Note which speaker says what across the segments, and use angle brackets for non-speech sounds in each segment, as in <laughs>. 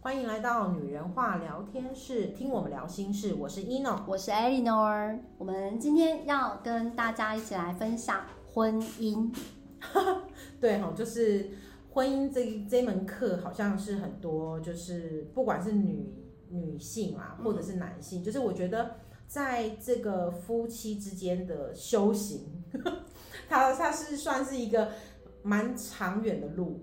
Speaker 1: 欢迎来到女人话聊天室，听我们聊心事。我是 ino，
Speaker 2: 我是 Eleanor，我们今天要跟大家一起来分享婚姻。
Speaker 1: 对哈、就是婚姻这这门课，好像是很多就是不管是女女性啊，
Speaker 2: 嗯
Speaker 1: 或者是男性，就是我觉得在这个夫妻之间的修行， <laughs> 它它是算是一个蛮长远的路。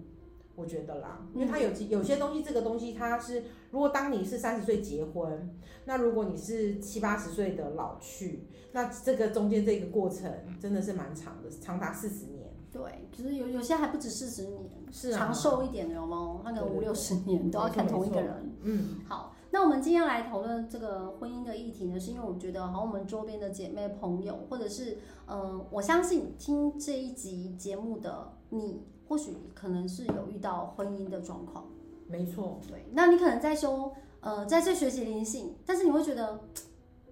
Speaker 1: 我觉得啦，因为
Speaker 2: 嗯
Speaker 1: 它有几有些东西，这个东西它是，如果当你是三十岁结婚，那如果你是七八十岁的老去，那这个中间这个过程真的是蛮长的，长达四十年。
Speaker 2: 对，就是有有些还不止四十年，
Speaker 1: 是啊，
Speaker 2: 长寿一点的有没有？他可能五六十年都要看同一个人。
Speaker 1: 嗯，
Speaker 2: 好，那我们今天来讨论这个婚姻的议题呢，是因为我觉得，好像我们周边的姐妹朋友，或者是嗯、呃我相信听这一集节目的你，或许可能是有遇到婚姻的状况。
Speaker 1: 没错，
Speaker 2: 哦对，那你可能在修，呃，在这学习灵性，但是你会觉得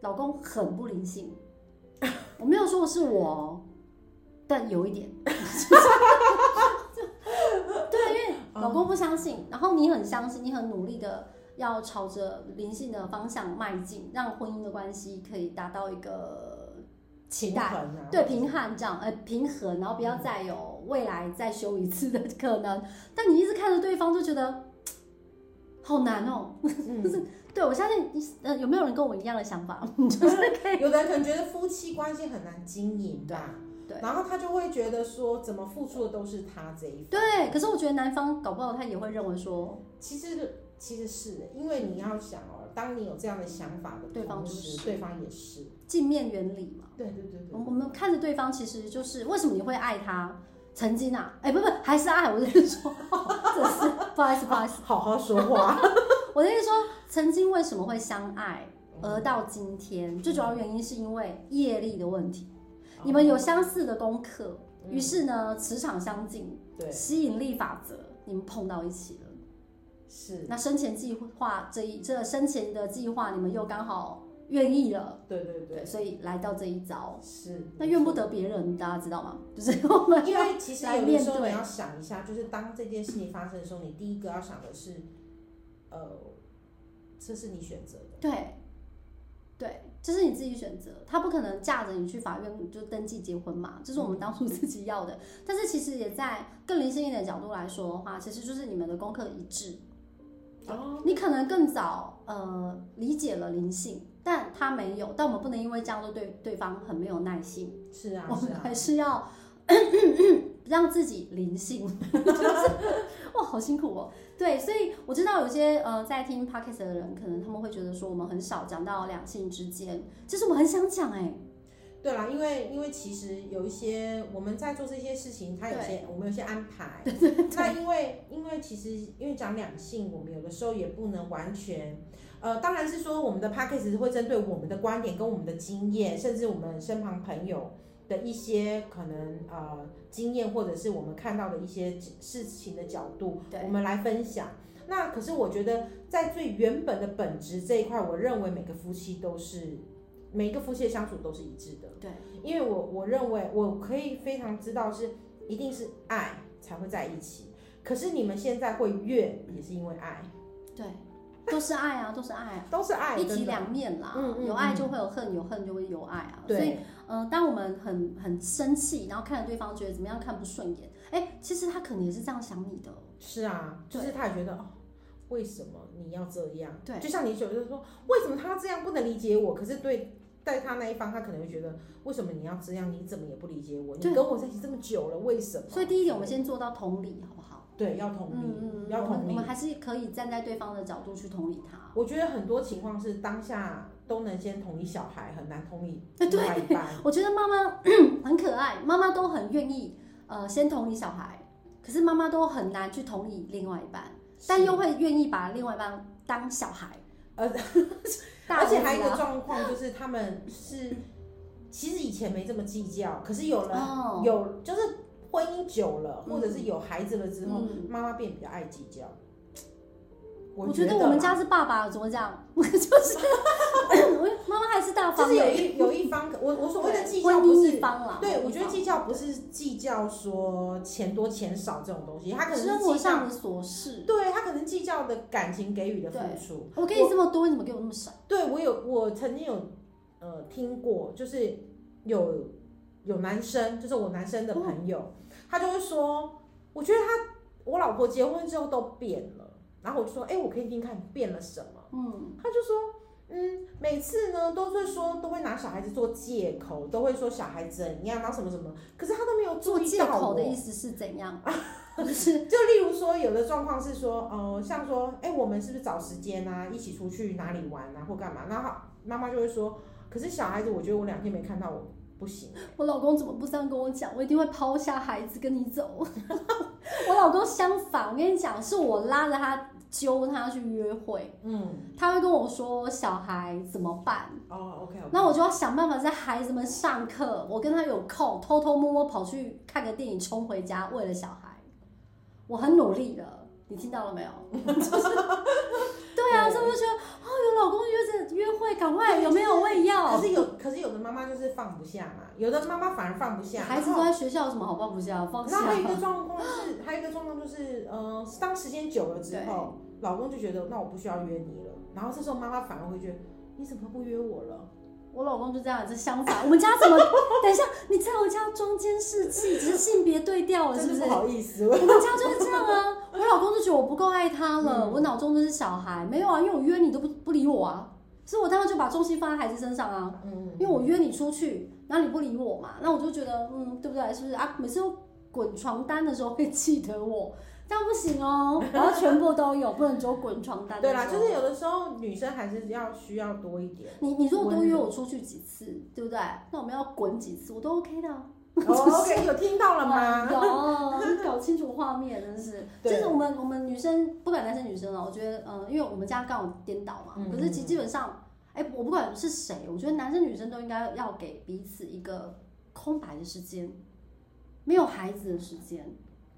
Speaker 2: 老公很不灵性。我没有说是我哦，但有一点， <laughs> 对，因为老公不相信，然后你很相信，你很努力的要朝着灵性的方向迈进，让婚姻的关系可以达到一个期
Speaker 1: 平
Speaker 2: 待。
Speaker 1: 衡啊，
Speaker 2: 对平衡这样，呃，平衡，然后不要再有未来再修一次的可能。但你一直看着对方，就觉得好难哦。 <laughs>
Speaker 1: 嗯，
Speaker 2: 对我相信你，呃，有没有人跟我一样的想法？就是可以，
Speaker 1: 有的人可能觉得夫妻关系很难经营吧，
Speaker 2: 对
Speaker 1: 然后他就会觉得说，怎么付出的都是他这一方，
Speaker 2: 对。可是我觉得男方搞不好他也会认为说，
Speaker 1: 其实其实是的，因为你要想哦，当你有这样的想法的
Speaker 2: 对方
Speaker 1: 同
Speaker 2: 就
Speaker 1: 时，
Speaker 2: 是哦
Speaker 1: 对方也是，
Speaker 2: 镜面原理嘛。
Speaker 1: 对对对
Speaker 2: 我
Speaker 1: 对，
Speaker 2: 我们看着对方，其实就是为什么你会爱他？曾经啊，哎、不不，还是爱。我的意思说， <laughs> 这是不好意思，不好意思。
Speaker 1: 好好说话，
Speaker 2: 我的意思说，曾经为什么会相爱？
Speaker 1: 嗯
Speaker 2: 而到今天，最主要原因是因为业力的问题。你们有相似的功课，于是呢，磁场相近，
Speaker 1: 嗯对
Speaker 2: 吸引力法则，你们碰到一起了。
Speaker 1: 是，
Speaker 2: 那生前计划这一这生前的计划，你们又刚好愿意了，
Speaker 1: 对对
Speaker 2: 对，
Speaker 1: 对
Speaker 2: 所以来到这一招，
Speaker 1: 是，
Speaker 2: 那怨不得别人，大家知道吗？ <laughs> 就是我们
Speaker 1: 因
Speaker 2: 要
Speaker 1: 为其实
Speaker 2: 来
Speaker 1: 有的
Speaker 2: 面
Speaker 1: 时候
Speaker 2: 对
Speaker 1: 你要想一下，就是当这件事情发生的时候，你第一个要想的是，呃，这是你选择的，
Speaker 2: <laughs> 对对，这是你自己选择，他不可能架着你去法院就登记结婚嘛，这是我们当初自己要的。但是其实也在更灵性一点的角度来说的话，其实就是你们的功课一致，
Speaker 1: 哦，
Speaker 2: 你可能更早呃理解了灵性，但他没有，但我们不能因为这样就对对方很没有耐心。
Speaker 1: 是啊
Speaker 2: 我
Speaker 1: 是
Speaker 2: 们
Speaker 1: 啊，
Speaker 2: 还是要 <clears throat> 让自己灵性， <laughs> 就是哇，好辛苦哦。对，所以我知道有些呃在听 podcast 的人，可能他们会觉得说我们很少讲到两性之间，其实我很想讲哎、
Speaker 1: 对啦，因为因为其实有一些我们在做这些事情，它有些我们有些安排。那因为因为其实因为讲两性，我们有的时候也不能完全，呃，当然是说我们的 p a c k a g e 会针对我们的观点跟我们的经验，甚至我们身旁朋友的一些可能呃经验，或者是我们看到的一些事情的角度，我
Speaker 2: 对，
Speaker 1: 们来分享。那可是我觉得，在最原本的本质这一块，我认为每个夫妻都是每一个夫妻的相处都是一致的。
Speaker 2: 对，
Speaker 1: 因为我我认为我可以非常知道是一定是爱才会在一起。可是你们现在会越也是因为爱，
Speaker 2: 对，都是爱啊，都是爱啊。
Speaker 1: 都是 <laughs> 爱，
Speaker 2: 一体
Speaker 1: 真的
Speaker 2: 两面啦，
Speaker 1: 嗯嗯
Speaker 2: 有爱就会有恨，有恨就会有爱啊。所以
Speaker 1: 对，
Speaker 2: 呃，当我们很很生气，然后看着对方觉得怎么样看不顺眼，哎、其实他可能也是这样想你的哦，
Speaker 1: 是啊，就是他也觉得哦，为什么你要这样？
Speaker 2: 对
Speaker 1: 就像你觉得说，为什么他这样不能理解我？可是对。在他那一方，他可能会觉得，为什么你要这样？你怎么也不理解我？你
Speaker 2: 对
Speaker 1: 跟我在一起这么久了，为什么？
Speaker 2: 所以第一点，我们先做到同理，好不好？
Speaker 1: 对要同理，
Speaker 2: 嗯嗯嗯
Speaker 1: 要
Speaker 2: 我们
Speaker 1: 同
Speaker 2: 我
Speaker 1: 理
Speaker 2: 们。还是可以站在对方的角度去同理他。
Speaker 1: 我觉得很多情况是当下都能先同理小孩，很难同理
Speaker 2: 呃对
Speaker 1: 另外一半。
Speaker 2: 我觉得妈妈 <clears throat> 很可爱，妈妈都很愿意呃先同理小孩，可是妈妈都很难去同理另外一半， <laughs> 但
Speaker 1: 是
Speaker 2: 又会愿意把另外一半当小孩，
Speaker 1: 呃， <laughs>
Speaker 2: 大啊
Speaker 1: 而且还有
Speaker 2: 人
Speaker 1: 一个
Speaker 2: 了
Speaker 1: 状况就是，他们是其实以前没这么计较，可是有了、
Speaker 2: 哦，
Speaker 1: 有就是婚姻久了，
Speaker 2: 嗯
Speaker 1: 或者是有孩子了之后，
Speaker 2: 嗯
Speaker 1: 妈妈变比较爱计较。
Speaker 2: 我
Speaker 1: 觉
Speaker 2: 得
Speaker 1: 得
Speaker 2: 我们
Speaker 1: 啦
Speaker 2: 家是爸爸怎么讲， <laughs> 我就是我妈妈还是大
Speaker 1: 就
Speaker 2: 方
Speaker 1: 是有
Speaker 2: 的，
Speaker 1: 一有一方可，我我所谓的计
Speaker 2: 婚
Speaker 1: 较不
Speaker 2: 姻一
Speaker 1: 是。
Speaker 2: 方啦。
Speaker 1: 对，
Speaker 2: 婚姻
Speaker 1: 我
Speaker 2: 一
Speaker 1: 觉得
Speaker 2: 方
Speaker 1: 计较不是计较说钱多钱少这种东西，他可能
Speaker 2: 生
Speaker 1: 是
Speaker 2: 活
Speaker 1: 计较，
Speaker 2: 上的琐事，
Speaker 1: 对他可能计较的感情给予的付
Speaker 2: 对
Speaker 1: 出。
Speaker 2: 我给你这么多，你怎么给我那么少？
Speaker 1: 对我有，我曾经有呃听过，就是有有男生，就是我男
Speaker 2: 哦
Speaker 1: 生的朋友，他就会说，我觉得他我老婆结婚之后都变了，然后我就说，哎、我可以听听看变了什么，
Speaker 2: 嗯，
Speaker 1: 他就说。嗯，每次呢都会说，都会拿小孩子做借口，都会说小孩怎样，然后什么什么，可是他都没有注
Speaker 2: 做
Speaker 1: 意
Speaker 2: 借
Speaker 1: 到
Speaker 2: 口
Speaker 1: 我
Speaker 2: 的意思是怎样？就是
Speaker 1: 就例如说，有的状况是说，呃，像说，哎、我们是不是找时间啊，一起出去哪里玩啊，或干嘛？然后妈妈就会说，可是小孩子，我觉得我两天没看到我不行。啊
Speaker 2: 我老公怎么不这样跟我讲？我一定会抛下孩子跟你走。 <laughs> 我老公相反，我跟你讲，是我拉着他揪他去约会，
Speaker 1: 嗯，
Speaker 2: 他会跟我说小孩怎么办，
Speaker 1: 哦，OK，, o k
Speaker 2: 那我就要想办法在孩子们上课，我跟他有空，偷偷摸摸跑去看个电影，冲回家为了小孩，我很努力了，你听到了没有？就是，对啊，
Speaker 1: 对
Speaker 2: 所以我就觉得，哦，有老公约着约会，赶快有没有？我也要
Speaker 1: 可。是有，可是有的妈妈就是放不下嘛，有的妈妈反而放不下。
Speaker 2: 孩子
Speaker 1: 然
Speaker 2: 都
Speaker 1: 后
Speaker 2: 在学校，有什么好放不下？放啊
Speaker 1: 然
Speaker 2: 下
Speaker 1: 后。还有一个状况是，还有一个状况就是，呃，当时间久了之后，老公就觉得，那我不需要约你了。然后这时候妈妈反而会觉得，你怎么不约我了？
Speaker 2: <laughs> 我老公就这样，这相反。我们家怎么？ <laughs> 等一下，你在我家装监视器，只是性别对调哦了，
Speaker 1: 真
Speaker 2: 是不
Speaker 1: 的
Speaker 2: 是？
Speaker 1: 不好意思，
Speaker 2: 我们家就是这样啊。我老公就觉得我不够爱他
Speaker 1: 嗯
Speaker 2: 了，我脑中都是小孩。没有啊，因为我约你都不不理我啊，所以我当时就把重心放在孩子身上啊。
Speaker 1: 嗯，
Speaker 2: 因为我约你出去，然后你不理我嘛，那我就觉得，嗯，对不对？是不是啊？每次我滚床单的时候会记得我，这样不行哦。我要全部都有，不能只有滚床单的
Speaker 1: 对
Speaker 2: 时候。
Speaker 1: 啦，就是有的时候女生还是要需要多一
Speaker 2: <laughs>
Speaker 1: 点。
Speaker 2: 你你如果多
Speaker 1: 温
Speaker 2: 约
Speaker 1: 柔
Speaker 2: 我出去几次，对不对？那我们要滚几次，我都 OK 的啊。
Speaker 1: 哦，OK，有听到了
Speaker 2: 哇
Speaker 1: 吗？
Speaker 2: 有，你搞清楚画面，真是。
Speaker 1: 对
Speaker 2: 就是我们我们女生，不管男生女生啊，我觉得，呃，因为我们家刚好颠倒嘛，
Speaker 1: 嗯
Speaker 2: 可是其基本上，哎，我不管是谁，我觉得男生女生都应该要给彼此一个空白的时间，没有孩子的时间，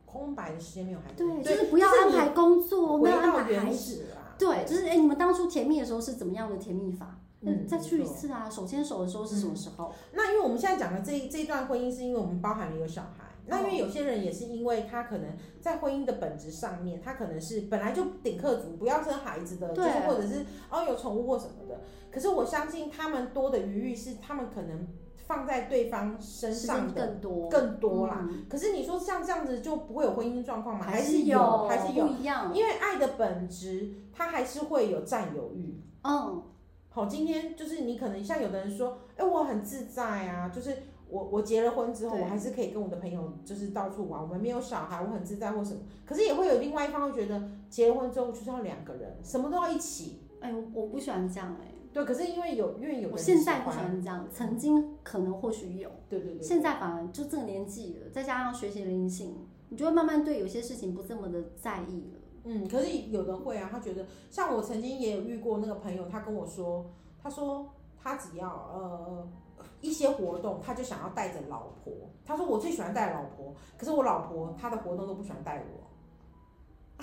Speaker 1: 空白的时间没有孩子，
Speaker 2: 对，就是不要安排工作，不
Speaker 1: 回
Speaker 2: 要安
Speaker 1: 到
Speaker 2: 排孩
Speaker 1: 原
Speaker 2: 子，
Speaker 1: 始啊啦。
Speaker 2: 对，就是哎，你们当初甜蜜的时候是怎么样的甜蜜法？那
Speaker 1: 嗯
Speaker 2: 再去一
Speaker 1: 没错嗯
Speaker 2: 次啊，手牵手的时候是什么时候？
Speaker 1: 那因为我们现在讲的这一这一段婚姻，是因为我们包含了有小孩。那因为
Speaker 2: 哦
Speaker 1: 有些人也是因为他可能在婚姻的本质上面，他可能是本来就顶客族，不要生孩子的，就
Speaker 2: 对
Speaker 1: 是或者是哦有宠物或什么的。可是我相信他们多的余裕是他们可能放在对方身
Speaker 2: 时间
Speaker 1: 上的
Speaker 2: 更多，
Speaker 1: 更多啦。
Speaker 2: 嗯
Speaker 1: 可是你说像这样子就不会有婚姻状况吗？还
Speaker 2: 是嗯
Speaker 1: 有，还是有
Speaker 2: 不。一样。
Speaker 1: 因为爱的本质，它还是会有占有欲。
Speaker 2: 嗯，
Speaker 1: 好，今天就是你可能像有的人说，哎、我很自在啊，就是我我结了婚之后，
Speaker 2: 对
Speaker 1: 我还是可以跟我的朋友就是到处玩，我们没有小孩，我很自在或什么。可是也会有另外一方会觉得，结了婚之后就是要两个人，什么都要一起。
Speaker 2: 哎、我我不喜欢这样哎、
Speaker 1: 对，可是因为有因为有的
Speaker 2: 我
Speaker 1: 人
Speaker 2: 现在不喜
Speaker 1: 欢，
Speaker 2: 欢这样，曾经可能或许有，
Speaker 1: 对对对，
Speaker 2: 现在反而就这个年纪了，再加上学习灵性，你就会慢慢对有些事情不这么的在意了。
Speaker 1: 嗯，可是有的会啊，他觉得像我曾经也有遇过那个朋友，他跟我说，他说他只要呃一些活动，他就想要带着老婆。他说我最喜欢带老婆，可是我老婆她的活动都不喜欢带我。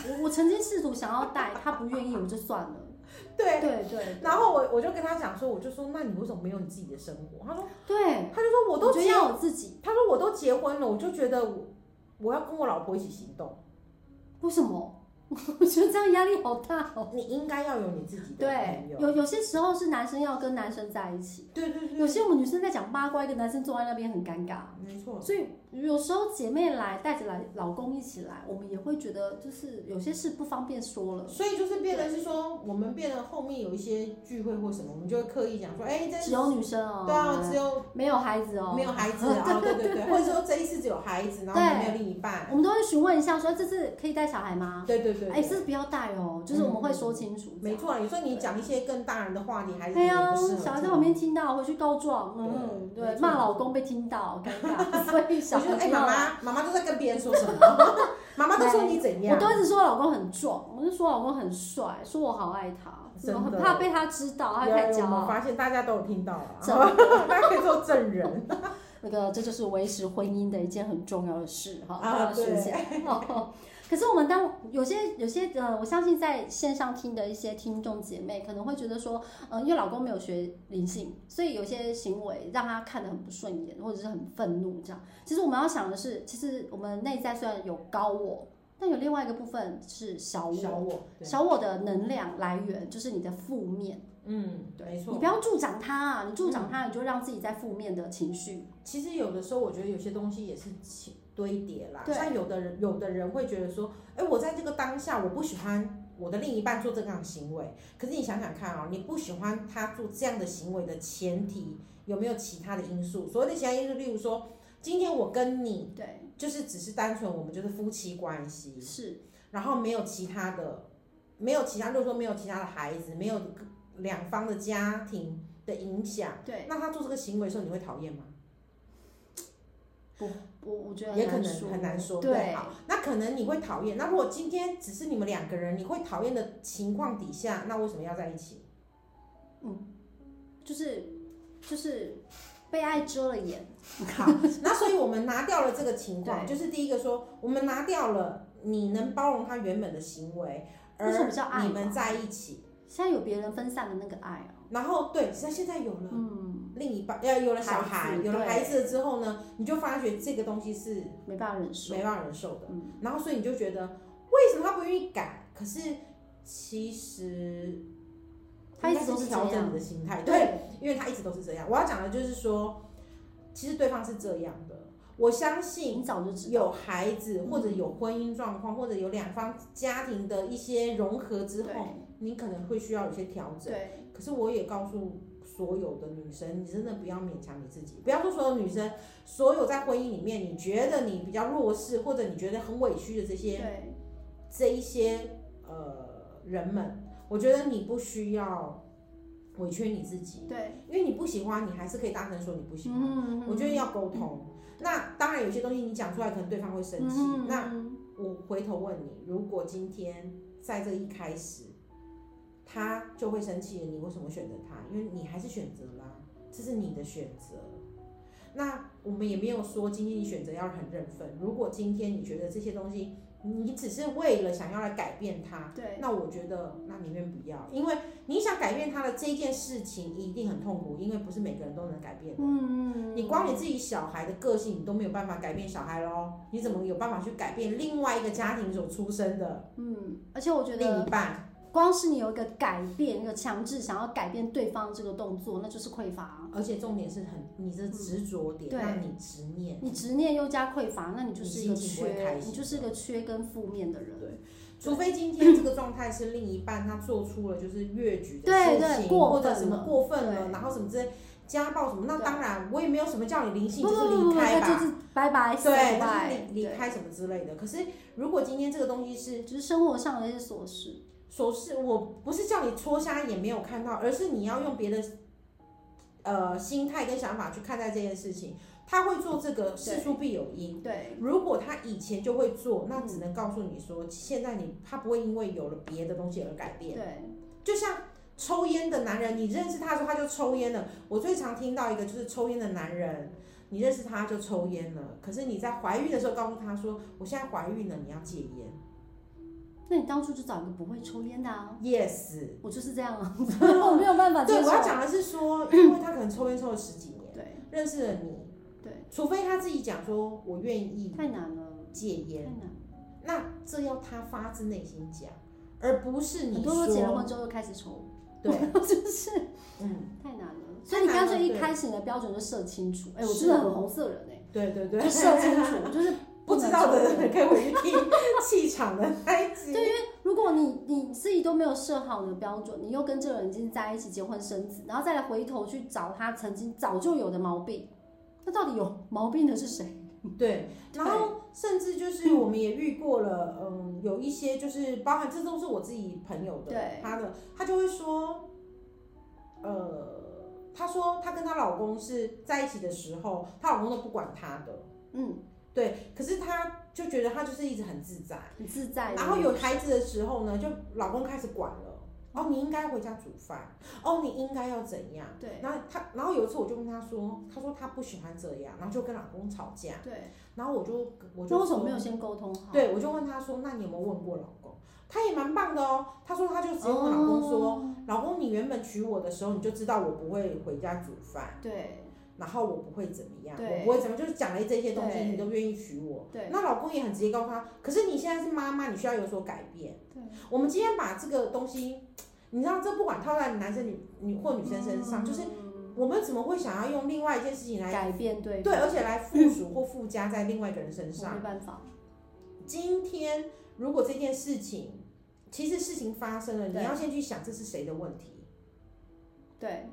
Speaker 2: 我我曾经试图想要带，他不愿意，我就算了。
Speaker 1: <laughs> 对，
Speaker 2: 对对
Speaker 1: 然后我我就跟他讲说，我就说那你为什么没有你自己的生活？他说
Speaker 2: 对，
Speaker 1: 他就说我都
Speaker 2: 觉得
Speaker 1: 结，
Speaker 2: 要哎我自己，
Speaker 1: 他说我都结婚了，我就觉得我我要跟我老婆一起行动。
Speaker 2: 为什么？ <laughs> 我觉得这样压力好大哦。
Speaker 1: 你应该要有你自己的
Speaker 2: 对
Speaker 1: 朋，
Speaker 2: 有
Speaker 1: 友。
Speaker 2: 有些时候是男生要跟男生在一起，
Speaker 1: 对对对，
Speaker 2: 有些我们女生在讲八卦，一个男生坐在那边很尴尬。
Speaker 1: 没错。
Speaker 2: 所以有时候姐妹来带着来老公一起来，我们也会觉得就是有些事不方便说了，
Speaker 1: 所以就是变得是说，我们变得后面有一些聚会或什么，我们就会刻意讲说，哎、这
Speaker 2: 只有女生哦，
Speaker 1: 对啊，只有
Speaker 2: 没有孩子哦，
Speaker 1: 没有孩子啊，对对对，或者说这一次只有孩子，然后没有另一半，
Speaker 2: 我们都会询问一下说这次可以带小孩吗？
Speaker 1: 对对对，
Speaker 2: 哎，这次不要带哦，就是我们会说清楚，
Speaker 1: 没。错啊。有时候你讲一些更大人的话题，还是
Speaker 2: 对啊，
Speaker 1: 不适合
Speaker 2: 小孩在旁边听到，回去告状，
Speaker 1: 对
Speaker 2: 嗯，
Speaker 1: 没
Speaker 2: 对，
Speaker 1: 错
Speaker 2: 骂老公被听到，尴
Speaker 1: <laughs>
Speaker 2: 尬，所以
Speaker 1: 这
Speaker 2: 小
Speaker 1: 种。我就
Speaker 2: 孩啊
Speaker 1: 哎，
Speaker 2: 听到
Speaker 1: 妈妈，妈妈都在跟别人说
Speaker 2: <laughs>
Speaker 1: 什么？妈妈都说你怎
Speaker 2: 我
Speaker 1: 样？
Speaker 2: 都一直说我老公很壮，我就说我老公很帅，说我好爱他，
Speaker 1: 真的
Speaker 2: 很怕被他知道，他
Speaker 1: 有
Speaker 2: 太骄
Speaker 1: 有我
Speaker 2: 傲。
Speaker 1: 发现大家都有听到了，
Speaker 2: 真
Speaker 1: <laughs> 大家可以做证人。
Speaker 2: 那个，这就是维持婚姻的一件很重要的事哈，
Speaker 1: 啊
Speaker 2: 大家学起来。哦 <laughs> 可是我们当有些有些呃，我相信在线上听的一些听众姐妹可能会觉得说，呃，因为老公没有学灵性，所以有些行为让他看得很不顺眼，或者是很愤怒这样。其实我们要想的是，其实我们内在虽然有高我，但有另外一个部分是 <laughs> 小我。
Speaker 1: 小我，对
Speaker 2: 小我的能量来源就是你的负面，
Speaker 1: 嗯，没
Speaker 2: 你
Speaker 1: 错
Speaker 2: 不。要助长它啊！你助长它，你就让自己在负面的情绪。
Speaker 1: 其实有的时候，我觉得有些东西也是起堆叠啦。
Speaker 2: 对
Speaker 1: 像有的人，有的人会觉得说，哎，我在这个当下，我不喜欢我的另一半做这样的行为。可是你想想看啊、你不喜欢他做这样的行为的前提，有没有其他的因素？所谓的其他因素，例如说，今天我跟你
Speaker 2: 对，
Speaker 1: 就是只是单纯我们就是夫妻关系，
Speaker 2: 是，
Speaker 1: 然后没有其他的，没有其他，如果说没有其他的孩子，没有两方的家庭的影响，
Speaker 2: 对，
Speaker 1: 那他做这个行为的时候，你会讨厌吗？
Speaker 2: 我我我觉得
Speaker 1: 也可
Speaker 2: 很难
Speaker 1: 能
Speaker 2: 说，
Speaker 1: 很难说。
Speaker 2: 对，
Speaker 1: 好，那可能你会讨厌。那如果今天只是你们两个人，你会讨厌的情况底下，那为什么要在一起？ <laughs>
Speaker 2: 就是就是被爱遮了眼。
Speaker 1: 好，那所以我们拿掉了这个情况，就是第一个说，我们拿掉了你能包容他原本的行为，
Speaker 2: 那什
Speaker 1: 而
Speaker 2: 么叫爱
Speaker 1: 你们
Speaker 2: 嘛？
Speaker 1: 在一起，
Speaker 2: 现在有别人分散的那个爱啊，
Speaker 1: 然后对，那现在有了。
Speaker 2: 嗯，
Speaker 1: 另一半要有了小孩
Speaker 2: 孩，子
Speaker 1: 有了
Speaker 2: 对
Speaker 1: 孩子了之后呢，你就发觉这个东西是
Speaker 2: 没办法忍受。
Speaker 1: 没办法忍受的，
Speaker 2: 嗯
Speaker 1: 然后所以你就觉得为什么他不愿意改？可是其实
Speaker 2: 他一直
Speaker 1: 应该
Speaker 2: 都是
Speaker 1: 是
Speaker 2: 这
Speaker 1: 调整
Speaker 2: 样
Speaker 1: 你。的心态，对，
Speaker 2: 对，
Speaker 1: 因为他一直都是这样。我要讲的就是说，其实对方是这样的，我相信
Speaker 2: 你早就知道。
Speaker 1: 有孩子或者有婚姻状况，或者有两方家庭的一些融合之后，
Speaker 2: 对
Speaker 1: 你可能会需要有些调整。
Speaker 2: 对，
Speaker 1: 可是我也告诉所有的女生，你真的不要勉强你自己，不要说所有女生，所有在婚姻里面你觉得你比较弱势或者你觉得很委屈的这些
Speaker 2: 对，
Speaker 1: 这一些呃人们，我觉得你不需要委屈你自己，
Speaker 2: 对，
Speaker 1: 因为你不喜欢，你还是可以大声说你不喜欢。
Speaker 2: 嗯
Speaker 1: 我觉得要沟通。那当然，有些东西你讲出来，可能对方会生气。那
Speaker 2: 嗯
Speaker 1: 我回头问你，如果今天在这一开始，他就会生气了，你为什么选择他？因为你还是选择啦，这是你的选择。那我们也没有说今天你选择要很认份。如果今天你觉得这些东西，你只是为了想要来改变他，
Speaker 2: 嗯对，
Speaker 1: 那我觉得那宁愿不要，因为你想改变他的这件事情一定很痛苦，因为不是每个人都能改变的。
Speaker 2: 嗯嗯，
Speaker 1: 你光你自己小孩的个性，你都没有办法改变小孩喽，你怎么有办法去改变另外一个家庭所出生的
Speaker 2: 嗯，而且我觉得
Speaker 1: 另一半？
Speaker 2: 光是你有一个改变，一个强制想要改变对方这个动作，那就是匮乏啊。
Speaker 1: 而且重点是很，你的执着点
Speaker 2: 对嗯
Speaker 1: 让你执念。
Speaker 2: 你执念又加匮乏，那你就
Speaker 1: 你
Speaker 2: 是
Speaker 1: 心
Speaker 2: 一个
Speaker 1: 情不会
Speaker 2: 缺
Speaker 1: 开，心
Speaker 2: 你就是一个缺跟负面的人。
Speaker 1: 除非今天这个状态是另一半他做出了就是越矩的
Speaker 2: 对
Speaker 1: 事
Speaker 2: 对
Speaker 1: 情，
Speaker 2: 过
Speaker 1: 或者
Speaker 2: 分
Speaker 1: 什么
Speaker 2: 了
Speaker 1: 过分了，
Speaker 2: 对
Speaker 1: 然后什么之类家暴什么，那
Speaker 2: 对
Speaker 1: 当然我也没有什么叫你灵性，
Speaker 2: 不
Speaker 1: 就
Speaker 2: 不
Speaker 1: 是
Speaker 2: 不不
Speaker 1: 离
Speaker 2: 不，
Speaker 1: 开
Speaker 2: 那
Speaker 1: 吧，
Speaker 2: 就是拜拜，
Speaker 1: 对，那就是
Speaker 2: 拜
Speaker 1: 离离
Speaker 2: 对
Speaker 1: 开什么之类的。可是如果今天这个东西是
Speaker 2: 就是生活上的一些琐事。
Speaker 1: 手势，我不是叫你戳瞎眼没有看到，而是你要用别的呃心态跟想法去看待这件事情。他会做这个，事出必有因。
Speaker 2: 对
Speaker 1: 如果他以前就会做，那只能告诉你说，现在你他不会因为有了别的东西而改变。
Speaker 2: 对，
Speaker 1: 就像抽烟的男人，你认识他的时候他就抽烟了。我最常听到一个就是抽烟的男人，你认识他就抽烟了，可是你在怀孕的时候告诉他说，我现在怀孕了，你要戒烟。
Speaker 2: 那你当初就找一个不会抽烟的啊。
Speaker 1: Yes。
Speaker 2: 我就是这样
Speaker 1: <laughs>
Speaker 2: 啊，我没有办法接
Speaker 1: 对，
Speaker 2: 受。
Speaker 1: 我要讲的是说，因为他可能抽烟抽了十几年，
Speaker 2: 对
Speaker 1: 认识了你，
Speaker 2: 对，
Speaker 1: 除非他自己讲说我愿意
Speaker 2: 太难了，
Speaker 1: 戒
Speaker 2: 太
Speaker 1: 嗯烟，
Speaker 2: 难了。
Speaker 1: 那这要他发自内心讲，而不是
Speaker 2: 很
Speaker 1: 你
Speaker 2: 多都结了
Speaker 1: 说。
Speaker 2: 婚之后又开始抽，
Speaker 1: 对，
Speaker 2: 就是
Speaker 1: 嗯，
Speaker 2: 太难了。所以你
Speaker 1: 太难
Speaker 2: 干
Speaker 1: 了
Speaker 2: 脆一
Speaker 1: 对
Speaker 2: 开始你的标准就设清楚。哎、我
Speaker 1: 是
Speaker 2: 真的很红色人哎、
Speaker 1: 对对对，
Speaker 2: <laughs> 就设清楚，就是
Speaker 1: <laughs> 不知道的
Speaker 2: 能抽
Speaker 1: 人可以回去听气场的那一集。对，
Speaker 2: 如果你你自己都没有设好你的标准，你又跟这个人已经在一起结婚生子，然后再来回头去找他曾经早就有的毛病，那到底有毛病的是谁？
Speaker 1: 然后甚至就是我们也遇过了，嗯，有一些就是包含这都是我自己朋友的
Speaker 2: 对，
Speaker 1: 他的他就会说，呃，她说她跟她老公是在一起的时候，她老公都不管她的。
Speaker 2: 嗯，
Speaker 1: 对，可是她就觉得她就是一直很自在，
Speaker 2: 很自在的。
Speaker 1: 然后有孩子的时候呢，就老公开始管了，哦，
Speaker 2: 嗯
Speaker 1: 你应该回家煮饭，哦，你应该要怎样？
Speaker 2: 对
Speaker 1: 然后他，然后有一次我就跟他说，他说他不喜欢这样，然后就跟老公吵架，
Speaker 2: 对，
Speaker 1: 然后我就啊我
Speaker 2: 那
Speaker 1: 就
Speaker 2: 为什么
Speaker 1: 说
Speaker 2: 没有先沟通好？
Speaker 1: 对，我就问他说，那你有没有问过老公？他也蛮棒的哦，他说他就直接问老公说，
Speaker 2: 哦，
Speaker 1: 老公你原本娶我的时候你就知道我不会回家煮饭，
Speaker 2: 对
Speaker 1: 然后我不会怎么样，
Speaker 2: 对
Speaker 1: 我不会怎么样，就是讲了这些东西，
Speaker 2: 对
Speaker 1: 你都愿意娶我。
Speaker 2: 对
Speaker 1: 那老公也很直接告诉他，可是你现在是妈妈，你需要有所改变。我们今天把这个东西，你知道，这不管套在男生、女女或女生身上，就是我们怎么会想要用另外一件事情来
Speaker 2: 改变嗯对
Speaker 1: 对，而且来附属或附加在另外一个人身
Speaker 2: 我
Speaker 1: 上
Speaker 2: 没？办法，
Speaker 1: 今天如果这件事情，其实事情发生了，你
Speaker 2: 对
Speaker 1: 要先去想这是谁的问题。
Speaker 2: 对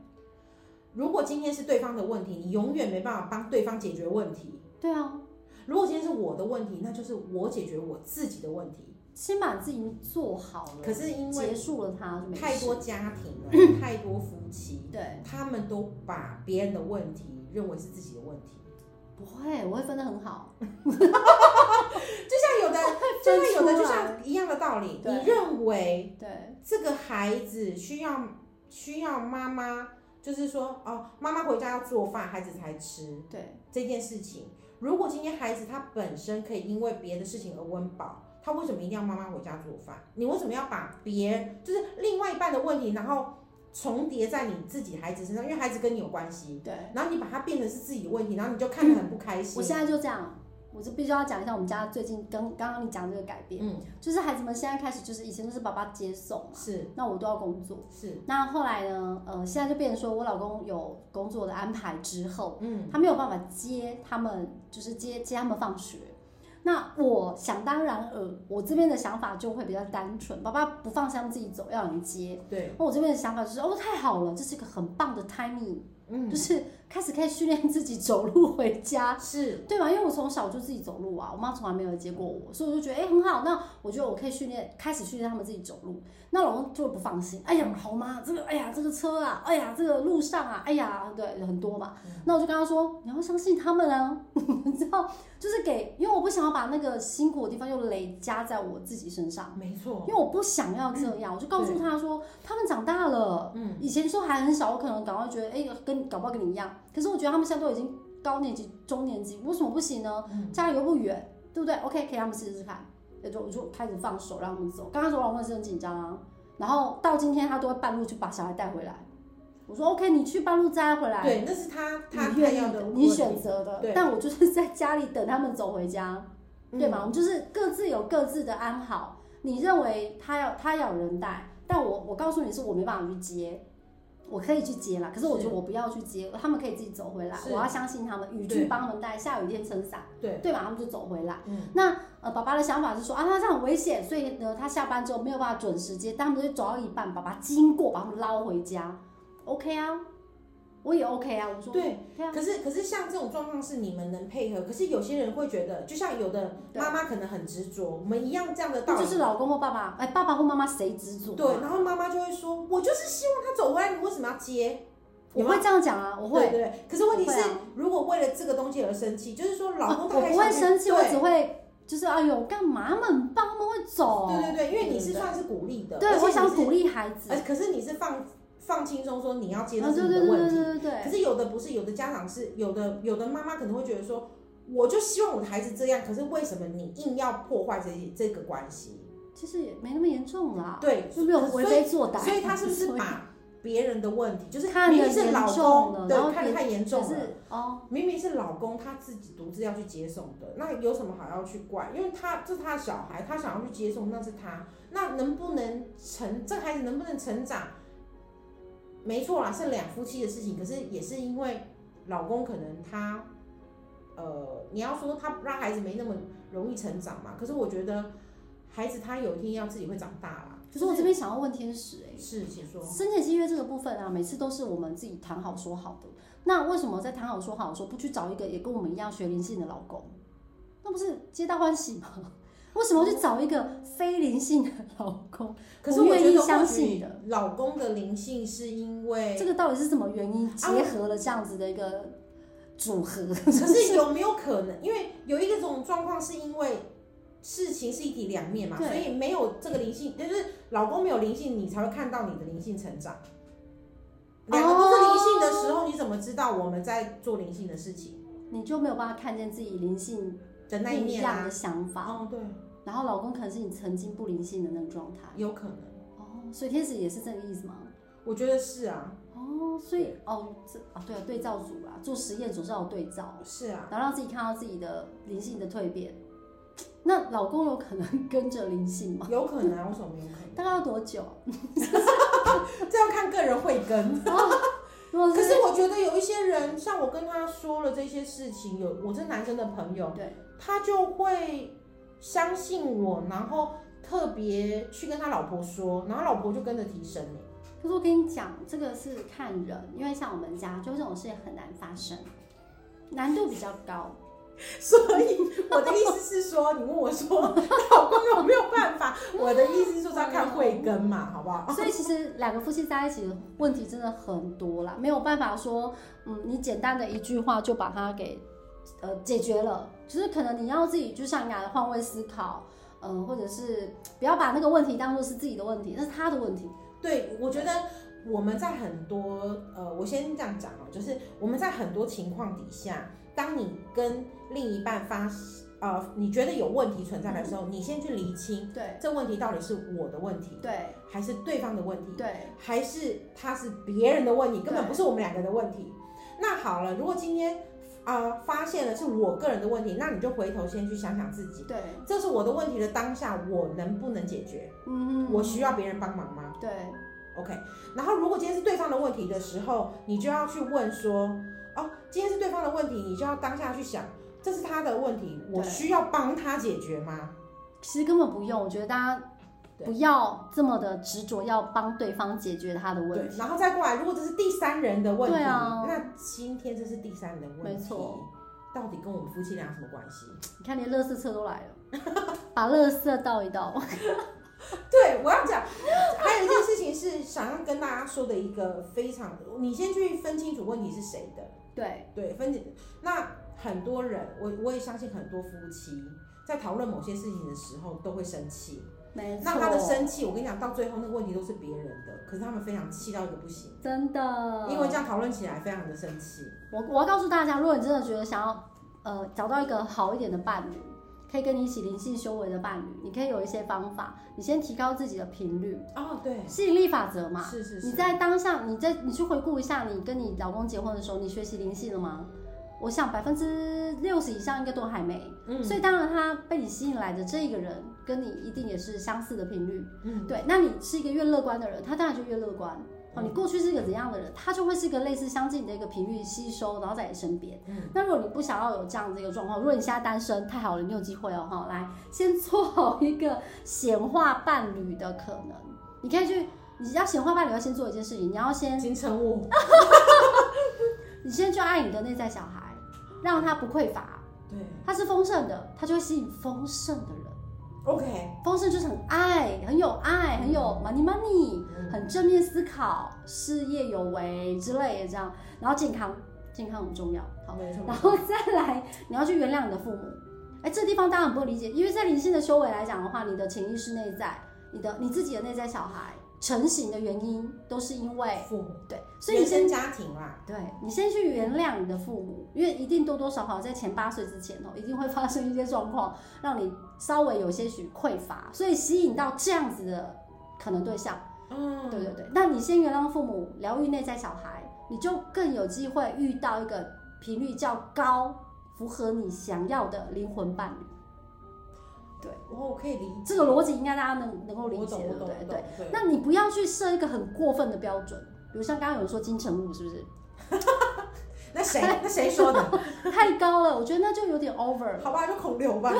Speaker 1: 如果今天是对方的问题，你永远没办法帮对方解决问题。
Speaker 2: 对啊，
Speaker 1: 如果今天是我的问题，那就是我解决我自己的问题。
Speaker 2: 先把自己做好了，
Speaker 1: 可是因
Speaker 2: 结
Speaker 1: 为
Speaker 2: 束了它就没事
Speaker 1: 太多家庭
Speaker 2: <laughs>
Speaker 1: 了，太多夫妻，
Speaker 2: 对，
Speaker 1: 他们都把别人的问题认为是自己的问
Speaker 2: <laughs>
Speaker 1: 题。
Speaker 2: 不会，我会分得很好，
Speaker 1: 就像有的， <laughs> 就
Speaker 2: 分
Speaker 1: 像有的，
Speaker 2: 出
Speaker 1: 就
Speaker 2: 来
Speaker 1: 像一样的道理。
Speaker 2: 对
Speaker 1: 你认为
Speaker 2: 对
Speaker 1: 这个孩子需要需要妈妈，就是说哦，妈妈回家要做饭，孩子才吃
Speaker 2: 对
Speaker 1: 这件事情。如果今天孩子他本身可以因为别的事情而温饱，他为什么一定要妈妈回家做饭？你为什么要把别就是另外一半的问题，然后重叠在你自己孩子身上？因为孩子跟你有关系，
Speaker 2: 对。
Speaker 1: 然后你把它变成是自己的问题，然后你就看得很不开
Speaker 2: 我
Speaker 1: 心。
Speaker 2: 现在就这样，我就必须要讲一下我们家最近刚刚刚你讲这个改变，
Speaker 1: 嗯，
Speaker 2: 就是孩子们现在开始就是以前都是爸爸接送嘛，
Speaker 1: 是
Speaker 2: 那我都要工作。
Speaker 1: 是，
Speaker 2: 那后来呢，呃，现在就变成说我老公有工作的安排之后，
Speaker 1: 嗯，
Speaker 2: 他没有办法接他们，就是接接他们放学。那我想当然尔，我这边的想法就会比较单纯，爸爸不放下自己走，要人接。
Speaker 1: 对，
Speaker 2: 那我这边的想法就是，哦，太好了，这是一个很棒的 timing，、
Speaker 1: 嗯
Speaker 2: 就，是开始可以训练自己走路回家，
Speaker 1: 是
Speaker 2: 对吧？因为我从小就自己走路啊，我妈从来没有接过我，所以我就觉得哎、诶很好。那我觉得我可以训练，开始训练他们自己走路。那老公就会不放心，哎呀，好吗？这个哎呀，这个车啊，哎呀，这个路上啊，哎呀，对，很多嘛。那我就跟他说，你要相信他们啊， <laughs> 你知道，就是给，因为我不想要把那个辛苦的地方又累加在我自己身上，
Speaker 1: 没错，
Speaker 2: 因为我不想要这样，我就告诉他说，他们长大了。
Speaker 1: 嗯，
Speaker 2: 以前说还很小，我可能赶快觉得，哎、跟搞不好跟你一样。可是我觉得他们现在都已经高年级、中年级，为什么不行呢？
Speaker 1: 嗯
Speaker 2: 家里又不远，对不对？OK，可以让他们试试看。也就我就开始放手，让他们走。刚开始我老公也是很紧张啊，然后到今天他都会半路去把小孩带回来。我说 OK，你去半路再回来，
Speaker 1: 对，那是他他
Speaker 2: 你
Speaker 1: 他
Speaker 2: 愿
Speaker 1: 要
Speaker 2: 意
Speaker 1: 的
Speaker 2: 的，
Speaker 1: 问题，
Speaker 2: 你选择的
Speaker 1: 对。
Speaker 2: 但我就是在家里等他们走回家，
Speaker 1: 嗯
Speaker 2: 对吗？我们就是各自有各自的安好。你认为他要他要有人带，但我我告诉你是我没办法去接，我可以去接啦，可是我
Speaker 1: 是
Speaker 2: 觉得我不要去接，他们可以自己走回来，
Speaker 1: 是
Speaker 2: 我要相信他们，雨具
Speaker 1: 对
Speaker 2: 帮他们带，下雨天撑伞，
Speaker 1: 嗯对，
Speaker 2: 对吧？他们就走回来。
Speaker 1: 嗯
Speaker 2: 那呃，爸爸的想法是说啊，他这样很危险，所以呢，他下班之后没有办法准时接，但他们就走到一半，爸爸经过把他们捞回家，OK 啊，我也 OK 啊，我说
Speaker 1: 对。
Speaker 2: OK 啊，
Speaker 1: 可是可是像这种状况是你们能配合，可是有些人会觉得，就像有的
Speaker 2: 对
Speaker 1: 妈妈可能很执着，我们一样这样的道
Speaker 2: 那
Speaker 1: 理，
Speaker 2: 就是老公或爸爸，哎，爸爸或妈妈谁执着？啊
Speaker 1: 对，，然后妈妈就会说，我就是希望他走回来，你为什么要接？
Speaker 2: 我会这样讲啊，我会
Speaker 1: 对。对对，可是问题
Speaker 2: 我
Speaker 1: 是
Speaker 2: 会啊，
Speaker 1: 如果为了这个东西而生气，就是说老
Speaker 2: 啊
Speaker 1: 公他
Speaker 2: 我
Speaker 1: 还
Speaker 2: 不
Speaker 1: 想
Speaker 2: 会
Speaker 1: 去
Speaker 2: 生气，我
Speaker 1: 对
Speaker 2: 只会就是哎呦干嘛？他们很棒，他们会走。
Speaker 1: 对对对，因为你是
Speaker 2: 嗯对对
Speaker 1: 算是鼓励的，
Speaker 2: 对，
Speaker 1: 而且
Speaker 2: 我
Speaker 1: 你
Speaker 2: 想
Speaker 1: 是，
Speaker 2: 鼓励孩子。
Speaker 1: 而可是你是放放轻松说你要接
Speaker 2: 啊
Speaker 1: 的是你的
Speaker 2: 对对对
Speaker 1: 问
Speaker 2: 对
Speaker 1: 题，
Speaker 2: 对对
Speaker 1: 可
Speaker 2: 对，
Speaker 1: 是有的不是，有的家长是有的，有的妈妈可能会觉得说，我就希望我的孩子这样，可是为什么你硬要破坏这这个关系？
Speaker 2: 其实也没那么严重啦，
Speaker 1: 对，
Speaker 2: 就没有
Speaker 1: 所
Speaker 2: 为
Speaker 1: 以
Speaker 2: 非作歹。
Speaker 1: 所以他是不是
Speaker 2: 所以
Speaker 1: 把别人的问题，就是
Speaker 2: 看得
Speaker 1: 明明是老
Speaker 2: 严重了
Speaker 1: 公，
Speaker 2: 然后
Speaker 1: 对，看得太严重
Speaker 2: <laughs> 可
Speaker 1: 了。
Speaker 2: 是哦，
Speaker 1: 明明是老公他自己独自要去接送的，那有什么好要去怪？因为他这是他的小孩，他想要去接送，那是他。那能不能成这个孩子能不能成长？没错啦，是两夫妻的事情。可是也是因为老公可能他，呃，你要说他让孩子没那么容易成长嘛。可是我觉得孩子他有一天要自己会长大啦。
Speaker 2: 可是我这边想要问天使哎，
Speaker 1: 是请说，
Speaker 2: 生前契约这个部分啊，每次都是我们自己谈好说好的。那为什么在谈好说好的时候不去找一个也跟我们一样学灵性的老公？那不是皆大欢喜吗？ <laughs> 为什么要去找一个非灵性的老公？
Speaker 1: 可是我觉得
Speaker 2: 不愿意
Speaker 1: 或
Speaker 2: 相信
Speaker 1: 许
Speaker 2: 的
Speaker 1: 老公的灵性是因为
Speaker 2: 这个到底是什么原因
Speaker 1: 啊
Speaker 2: 结合了这样子的一个组合？
Speaker 1: 可是有没有可能？因为有一个种状况，是因为事情是一体两面嘛，
Speaker 2: 对
Speaker 1: 所以没有这个灵性，就是老公没有灵性，你才会看到你的灵性成
Speaker 2: 哦
Speaker 1: 长。两个都是灵性的时候，你怎么知道我们在做灵性的事情
Speaker 2: <laughs> 你就没有办法看见自己灵性
Speaker 1: 的那一
Speaker 2: 不一
Speaker 1: 面
Speaker 2: 样的
Speaker 1: 啊？
Speaker 2: 想法。
Speaker 1: 哦，对，
Speaker 2: 然后老公可能是你曾经不灵性的那个状态。
Speaker 1: 有可能，
Speaker 2: 哦，所以天使也是这个意思吗？
Speaker 1: 我觉得是啊，
Speaker 2: 哦，所以哦，这哦对啊，对照组啦，做实验总是要有对照，
Speaker 1: 是啊，
Speaker 2: 然后让自己看到自己的灵性的蜕变。那老公有可能 <laughs> 跟着灵性吗？
Speaker 1: 有可能啊，为什么没有可能？
Speaker 2: 大概要多久？啊
Speaker 1: 这要看个人慧根。
Speaker 2: 如果
Speaker 1: 可
Speaker 2: 是
Speaker 1: 是我觉得有一些人，像我跟他说了这些事情，有我这男生的朋友，
Speaker 2: 对，
Speaker 1: 他就会相信我，然后特别去跟他老婆说，然后老婆就跟着提升了。
Speaker 2: <laughs> 可是我跟你讲，这个是看人，因为像我们家就这种事很难发生，难度比较高。
Speaker 1: 所以我的意思是说，你问我
Speaker 2: <laughs>
Speaker 1: 说老公有没有办法，我的意思是说要看慧根嘛，好不好？
Speaker 2: 所以其实两个夫妻在一起问题真的很多啦，没有办法说，嗯，你简单的一句话就把它给呃解决了，就是可能你要自己就像你讲的换位思考，嗯、或者是不要把那个问题当做是自己的问题，那是他的问题，
Speaker 1: 对，我觉得我们在很多呃，我先这样讲哦，就是我们在很多情况底下，当你跟另一半发呃，你觉得有问题存在的时
Speaker 2: 嗯
Speaker 1: 候，你先去厘清
Speaker 2: 对
Speaker 1: 这问题到底是我的问题，
Speaker 2: 对
Speaker 1: 还是对方的问题，
Speaker 2: 对
Speaker 1: 还是他是别人的问题，根本
Speaker 2: 对
Speaker 1: 不是我们两个的问题。那好了，如果今天啊、呃发现了是我个人的问题，那你就回头先去想想自己，
Speaker 2: 对，
Speaker 1: 这是我的问题的当下，我能不能解决？
Speaker 2: 嗯，
Speaker 1: 我需要别人帮忙吗？
Speaker 2: 对
Speaker 1: OK，然后如果今天是对方的问题的时候，你就要去问说，哦，今天是对方的问题，你就要当下去想，这是他的问题，我
Speaker 2: 对
Speaker 1: 需要帮他解决吗？
Speaker 2: 其实根本不用，我觉得大家
Speaker 1: 对
Speaker 2: 不要这么的执着要帮对方解决他的问
Speaker 1: 对
Speaker 2: 题，，
Speaker 1: 然后再过来，如果这是第三人的问题，
Speaker 2: 对啊
Speaker 1: 那今天这是第三人的问题，
Speaker 2: 没错
Speaker 1: 到底跟我们夫妻俩有什么关系？ <laughs>
Speaker 2: 你看连垃圾车都来了， <laughs> 把垃圾倒一倒，
Speaker 1: 对，我要讲，还有一件事情是想要跟大家说的一个非常，你先去分清楚问题是谁的，
Speaker 2: 对
Speaker 1: <laughs> 对，分解。那很多人，我我也相信很多夫妻在讨论某些事情的时候都会生气。
Speaker 2: 没错，
Speaker 1: 那他的生气，我跟你讲，到最后那个问题都是别人的，可是他们非常气到一个不行，
Speaker 2: 真的，
Speaker 1: 因为这样讨论起来非常的生气。
Speaker 2: 我我要告诉大家，如果你真的觉得想要呃找到一个好一点的伴侣，可以跟你一起灵性修为的伴侣，你可以有一些方法，你先提高自己的频率，
Speaker 1: 哦，对，
Speaker 2: 吸引力法则嗯嘛。
Speaker 1: 是是
Speaker 2: 你
Speaker 1: 是，
Speaker 2: 在当下，你在你去回顾一下，你跟你老公结婚的时候，你学习灵性了吗？我想百分之六十以上应该都还没，
Speaker 1: 嗯
Speaker 2: 所以当然他被你吸引来的这一个人，跟你一定也是相似的频率。
Speaker 1: 嗯，
Speaker 2: 对，那你是一个越乐观的人，他当然就越乐观。哦，
Speaker 1: 嗯
Speaker 2: 你过去是一个怎样的人，他就会是一个类似相近的一个频率吸收，然后在你身边。
Speaker 1: 嗯
Speaker 2: 那如果你不想要有这样的一个状况，如果你现在单身，太好了，你有机会哦，哈，来先做好一个显化伴侣的可能，你可以去，你要显化伴侣要先做一件事情，你要先，
Speaker 1: 金城武，
Speaker 2: 你先去爱你的内在小孩，让他不匮乏，
Speaker 1: 对
Speaker 2: 他是丰盛的，他就会吸引丰盛的人。
Speaker 1: ，OK，
Speaker 2: 丰盛就是很爱，很有爱，很有 money money，
Speaker 1: 嗯
Speaker 2: 很正面思考，事业有为之类的这样。然后健康，健康很重要。好，
Speaker 1: 没错
Speaker 2: 然后再来，你要去原谅你的父母。哎，这地方当然不会理解，因为在灵性的修为来讲的话，你的潜意识内在，你的你自己的内在小孩成型的原因，都是因为
Speaker 1: 父母，
Speaker 2: 对，所以你
Speaker 1: 原生
Speaker 2: 先
Speaker 1: 家庭啦，
Speaker 2: 对你先去原谅你的父母，因为一定多多少少在前八岁之前哦，一定会发生一些状况，让你稍微有些许匮乏，所以吸引到这样子的可能对象。
Speaker 1: 嗯，
Speaker 2: 对对对，那你先原谅父母，疗愈内在小孩，你就更有机会遇到一个频率较高、符合你想要的灵魂伴
Speaker 1: 哦
Speaker 2: 侣。
Speaker 1: 我我可以理解
Speaker 2: 这个逻辑应该大家能能够理
Speaker 1: 我
Speaker 2: 解，
Speaker 1: 懂，
Speaker 2: 对
Speaker 1: 我
Speaker 2: 不
Speaker 1: 懂，
Speaker 2: 对
Speaker 1: 我？懂，
Speaker 2: 对。
Speaker 1: 对，
Speaker 2: 那你不要去设一个很过分的标准，比如像刚刚有人说金城武是不是？
Speaker 1: 那谁那谁说的？ <laughs>
Speaker 2: 太高了，我觉得那就有点 over 了。
Speaker 1: 好吧，就孔刘
Speaker 2: <laughs>
Speaker 1: 吧，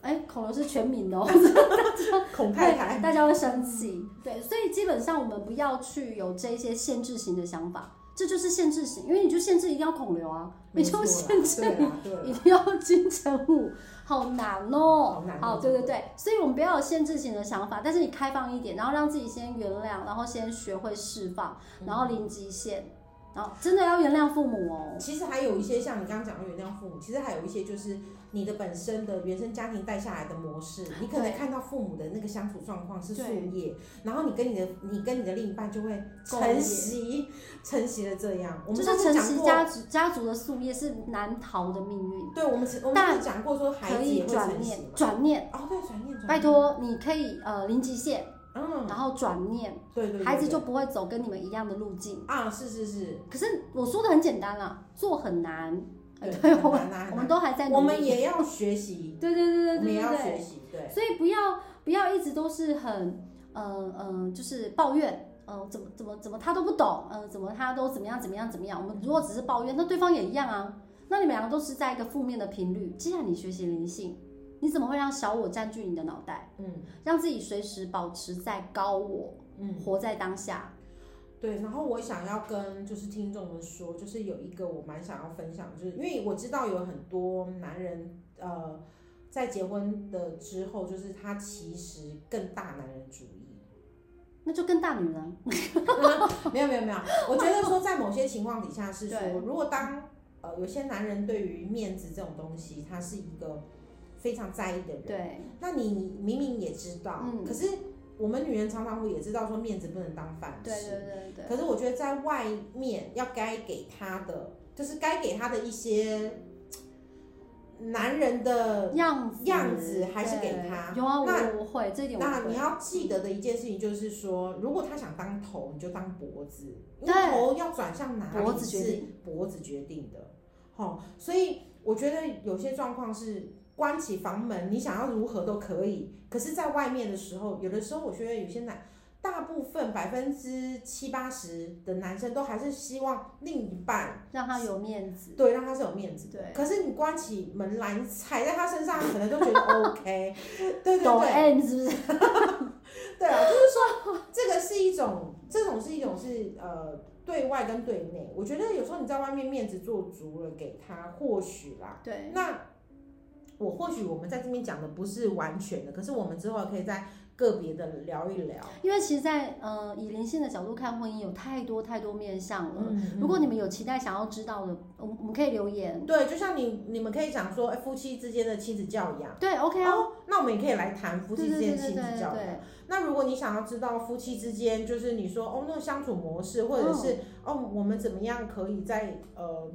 Speaker 2: 哎，孔刘是全民的哦，
Speaker 1: 孔太太，
Speaker 2: 对大家会生气。对，所以基本上我们不要去有这些限制型的想法，这就是限制型，因为你就限制一定要孔刘啊，你就
Speaker 1: 没错
Speaker 2: 限
Speaker 1: 啦
Speaker 2: 制
Speaker 1: 对啦对啦啊
Speaker 2: <laughs> 一定要金城武，好难哦
Speaker 1: 好、难哦
Speaker 2: 好，对对对，所以我们不要有限制型的想法，但是你
Speaker 1: 嗯
Speaker 2: 开放一点，然后让自己先原谅，然后先学会释放，然后零极限。然后真的要原谅父母哦。
Speaker 1: 其实还有一些像你刚刚讲的原谅父母，其实还有一些就是你的本身的原生家庭带下来的模式，你可能
Speaker 2: 对
Speaker 1: 看到父母的那个相处状况是
Speaker 2: 对
Speaker 1: 树叶，然后你跟你的你跟你的另一半就会
Speaker 2: 共
Speaker 1: 承
Speaker 2: 业
Speaker 1: 袭承袭了这样。我
Speaker 2: 就
Speaker 1: 们上
Speaker 2: 是
Speaker 1: 次
Speaker 2: 承
Speaker 1: 讲
Speaker 2: 袭
Speaker 1: 过，
Speaker 2: 家族家族的宿业是难逃的命运，
Speaker 1: 对我们我们上
Speaker 2: 但
Speaker 1: 次讲过说孩
Speaker 2: 可
Speaker 1: 子也
Speaker 2: 以
Speaker 1: 会
Speaker 2: 转
Speaker 1: 承袭
Speaker 2: 念，
Speaker 1: 嘛。
Speaker 2: 转念，
Speaker 1: 哦，对，转念转
Speaker 2: 拜
Speaker 1: 念，
Speaker 2: 托，你可以呃零极限，
Speaker 1: 嗯，
Speaker 2: 然后转念，
Speaker 1: 对对对，
Speaker 2: 孩子
Speaker 1: 对
Speaker 2: 就不会走跟你们一样的路径。
Speaker 1: 啊，是是是，
Speaker 2: 可是我说的很简单啦，做很难，呃
Speaker 1: 对
Speaker 2: <laughs> 对，
Speaker 1: 很
Speaker 2: 我们
Speaker 1: 难啊很
Speaker 2: 我们
Speaker 1: 难
Speaker 2: 都还在努力，
Speaker 1: 我们也要学习，
Speaker 2: 对对 <laughs> 对
Speaker 1: 我
Speaker 2: 对
Speaker 1: 们
Speaker 2: 对
Speaker 1: 也要
Speaker 2: 对
Speaker 1: 学
Speaker 2: 对，
Speaker 1: 习，对。
Speaker 2: 所以不要不要一直都是很呃呃，就是抱怨。呃，怎么怎么怎么他都不懂，呃，怎么他都怎么样怎么样怎么样。我们如果只是抱怨，那对方也一样啊。那你们两个都是在一个负面的频率。既然你学习灵性，你怎么会让小我占据你的脑袋，
Speaker 1: 嗯
Speaker 2: 让自己随时保持在高我，
Speaker 1: 嗯，
Speaker 2: 活在当下？
Speaker 1: 对，然后我想要跟就是听众们说，就是有一个我蛮想要分享，就是因为我知道有很多男人，呃，在结婚的之后，就是他其实更大男人主义。 <laughs>
Speaker 2: 那就跟大女人
Speaker 1: 没有没有没有，我觉得说在某些情况底下是
Speaker 2: 对
Speaker 1: 说，如果当呃有些男人对于面子这种东西，他是一个非常在意的人，
Speaker 2: 对
Speaker 1: 那你明明也知道，
Speaker 2: 嗯
Speaker 1: 可是我们女人常常会也知道说面子不能当饭吃，
Speaker 2: 对对对对，
Speaker 1: 可是我觉得在外面要该给他的，就是该给他的一些嘖男人的，
Speaker 2: 样子
Speaker 1: 样子还是给他
Speaker 2: 对有啊，
Speaker 1: 那
Speaker 2: 我我会这一点我
Speaker 1: 那
Speaker 2: 会
Speaker 1: 你。要记得的一件事情就是说，如果他想当头，你就当脖子，因为
Speaker 2: 对
Speaker 1: 头要转向哪里
Speaker 2: 脖子决
Speaker 1: 是
Speaker 2: 定，
Speaker 1: 脖子决定的。好、所以我觉得有些状况是关起房门，你想要如何都可以，可是在外面的时候，有的时候我觉得有些男。大部分百分之七八十的男生都还是希望另一半
Speaker 2: 让他有面子。
Speaker 1: 对，让他是有面子。
Speaker 2: 对，
Speaker 1: 可是你关起门来，你踩在他身上，可能都觉得 OK。对对 <laughs>
Speaker 2: 抖
Speaker 1: 对，
Speaker 2: M 是不是？
Speaker 1: 对啊，就是说这个是一种，这种是一种是呃对外跟对内。我觉得有时候你在外面面子做足了给他，或许啦，
Speaker 2: 对，
Speaker 1: 那我或许我们在这边讲的不是完全的，可是我们之后可以再个别的聊一聊。
Speaker 2: 因为其实在，呃以灵性的角度看婚姻，有太多太多面向了。
Speaker 1: 嗯
Speaker 2: 如果你们有期待想要知道的，我们我们可以留言。
Speaker 1: 对，就像你你们可以讲说，哎，夫妻之间的亲子教养。
Speaker 2: 对，OK 啊，
Speaker 1: 哦，那我们也可以来谈夫
Speaker 2: 对
Speaker 1: 妻
Speaker 2: 对
Speaker 1: 之间
Speaker 2: 对
Speaker 1: 的
Speaker 2: 对
Speaker 1: 亲
Speaker 2: 对
Speaker 1: 子教养
Speaker 2: 对。
Speaker 1: 那如果你想要知道夫妻之间，就是你说哦，那个相处模式，或者是哦我们怎么样可以在呃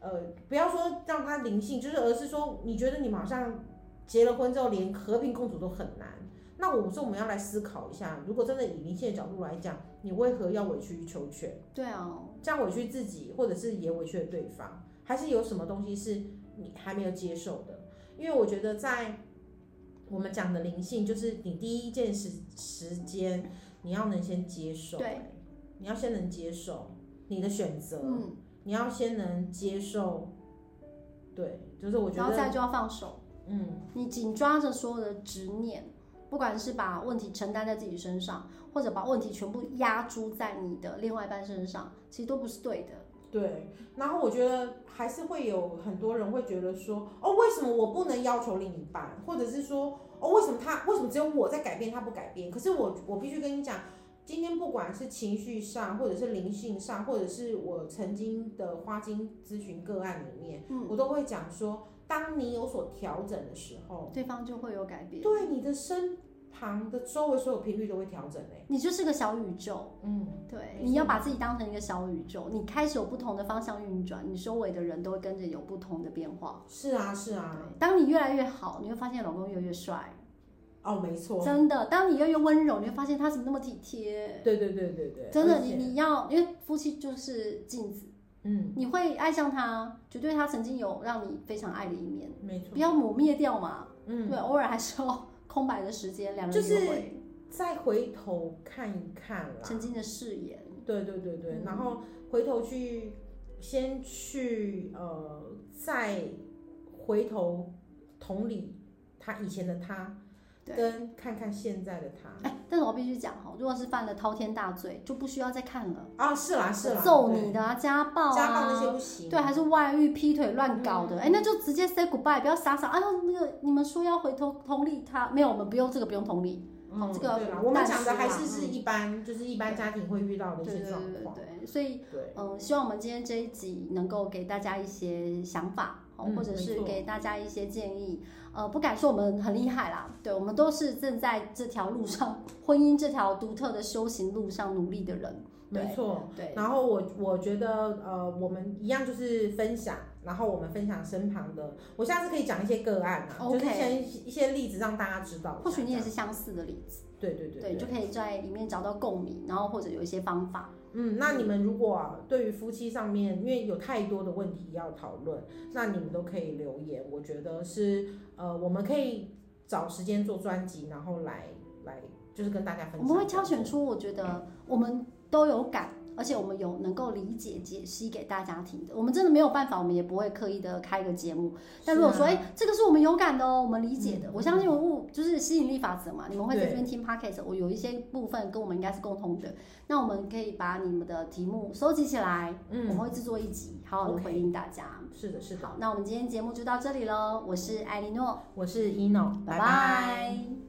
Speaker 1: 呃，不要说让他灵性，就是而是说，你觉得你们好像结了婚之后，连和平共处都很难。那我们说我们要来思考一下，如果真的以灵性的角度来讲，你为何要委曲求全？
Speaker 2: 对啊，
Speaker 1: 这样委屈自己，或者是也委屈了对方，还是有什么东西是你还没有接受的？因为我觉得在我们讲的灵性，就是你第一件时时间，你要能先接受、
Speaker 2: 对
Speaker 1: 欸，你要先能接受你的选择，
Speaker 2: 嗯，
Speaker 1: 你要先能接受，对，就是我觉
Speaker 2: 然后再
Speaker 1: 得，
Speaker 2: 来就要放手，
Speaker 1: 嗯，
Speaker 2: 你紧抓着所有的执念，不管是把问题承担在自己身上，或者把问题全部压注在你的另外一半身上，其实都不是对的。
Speaker 1: 对。然后我觉得还是会有很多人会觉得说，哦，为什么我不能要求另一半，或者是说。哦，为什么他为什么只有我在改变，他不改变？可是我我必须跟你讲，今天不管是情绪上，或者是灵性上，或者是我曾经的花精咨询个案里面，
Speaker 2: 嗯
Speaker 1: 我都会讲说，当你有所调整的时候，
Speaker 2: 对方就会有改变。
Speaker 1: 对你的身旁的周围所有频率都会调整欸嘞、
Speaker 2: 你就是个小宇宙，
Speaker 1: 嗯，
Speaker 2: 对，
Speaker 1: 没错
Speaker 2: 你要把自己当成一个小宇宙，你开始有不同的方向运转，你周围的人都会跟着有不同的变化。
Speaker 1: 是啊是
Speaker 2: 对
Speaker 1: 啊，，
Speaker 2: 当你越来越好，你会发现老公越来越帅，
Speaker 1: 哦没错，
Speaker 2: 真的。当你越来越温柔，你会发现他怎么那么体贴。
Speaker 1: 对对对对对，
Speaker 2: 真的，
Speaker 1: 而
Speaker 2: 你
Speaker 1: 且
Speaker 2: 你要，因为夫妻就是镜子，
Speaker 1: 嗯，
Speaker 2: 你会爱上他，绝对他曾经有让你非常爱的一面，
Speaker 1: 没错
Speaker 2: 不，要抹灭掉嘛。
Speaker 1: 嗯，
Speaker 2: 对，偶尔还是要 <laughs> 空白的时间，两人
Speaker 1: 就是啊
Speaker 2: 约会，
Speaker 1: 再回头看一看啦，
Speaker 2: 曾经的誓言，
Speaker 1: 对对对对，
Speaker 2: 嗯
Speaker 1: 然后回头去先去呃，再回头同理他以前的他，
Speaker 2: 对
Speaker 1: 跟看看现在的他。
Speaker 2: 哎，但是我必须讲哈，如果是犯了滔天大罪，就不需要再看了。
Speaker 1: 啊，是啦是啦，
Speaker 2: 哎揍
Speaker 1: 对
Speaker 2: 你的啊，家暴啊，
Speaker 1: 家暴那些不行。嗯
Speaker 2: 对，还啊是外遇、劈腿、乱搞的，哎、那就直接 say goodbye，不要傻傻。哎呦，那个你们说要回头同理他，没有，我们不用这个，不用同理，好
Speaker 1: 嗯，
Speaker 2: 这个
Speaker 1: 对啦，我们
Speaker 2: 淡
Speaker 1: 讲的
Speaker 2: 出
Speaker 1: 还
Speaker 2: 啦
Speaker 1: 是是
Speaker 2: 嗯
Speaker 1: 一般，就是一般家庭会遇到的
Speaker 2: 对
Speaker 1: 一些
Speaker 2: 对对
Speaker 1: 状
Speaker 2: 对
Speaker 1: 况。
Speaker 2: 对，所以
Speaker 1: 对，
Speaker 2: 嗯、希望我们今天这一集能够给大家一些想法，哦
Speaker 1: 嗯
Speaker 2: 或者
Speaker 1: 没
Speaker 2: 是
Speaker 1: 错
Speaker 2: 给大家一些建议。呃，不敢说我们很厉害啦，对我们都是正在这条路上，婚姻这条独特的修行路上努力的人。对
Speaker 1: 没错。
Speaker 2: 对，
Speaker 1: 然后我我觉得呃，我们一样就是分享，然后我们分享身旁的，我下次可以讲一些个案啊
Speaker 2: OK
Speaker 1: 就是先一些例子让大家知道一下。
Speaker 2: 或许你也
Speaker 1: 这
Speaker 2: 是
Speaker 1: 样
Speaker 2: 相似的例子，
Speaker 1: 对对对
Speaker 2: 对，就可以在里面找到共鸣，然后或者有一些方法。
Speaker 1: 嗯，那你们如果、啊、对于夫妻上面，因为有太多的问题要讨论，那你们都可以留言。我觉得是呃，我们可以找时间做专辑，然后来来就是跟大家分享。
Speaker 2: 我们会挑选出我觉得我们都有感，而且我们有能够理解、解析给大家听的。我们真的没有办法，我们也不会刻意的开一个节目。但如果说，哎、
Speaker 1: 是啊
Speaker 2: 这个是我们有感的哦，我们理解的，
Speaker 1: 嗯
Speaker 2: 我相信我物就是吸引力法则嘛。你们会在
Speaker 1: 对
Speaker 2: 这边听 podcast，我有一些部分跟我们应该是共通的。那我们可以把你们的题目收集起来，我
Speaker 1: 嗯
Speaker 2: 们，会制作一集，好好的
Speaker 1: OK
Speaker 2: 回应大家。
Speaker 1: 是的，是的，
Speaker 2: 好，那我们今天节目就到这里喽。我是艾莉诺，
Speaker 1: 我是一诺，拜
Speaker 2: 拜拜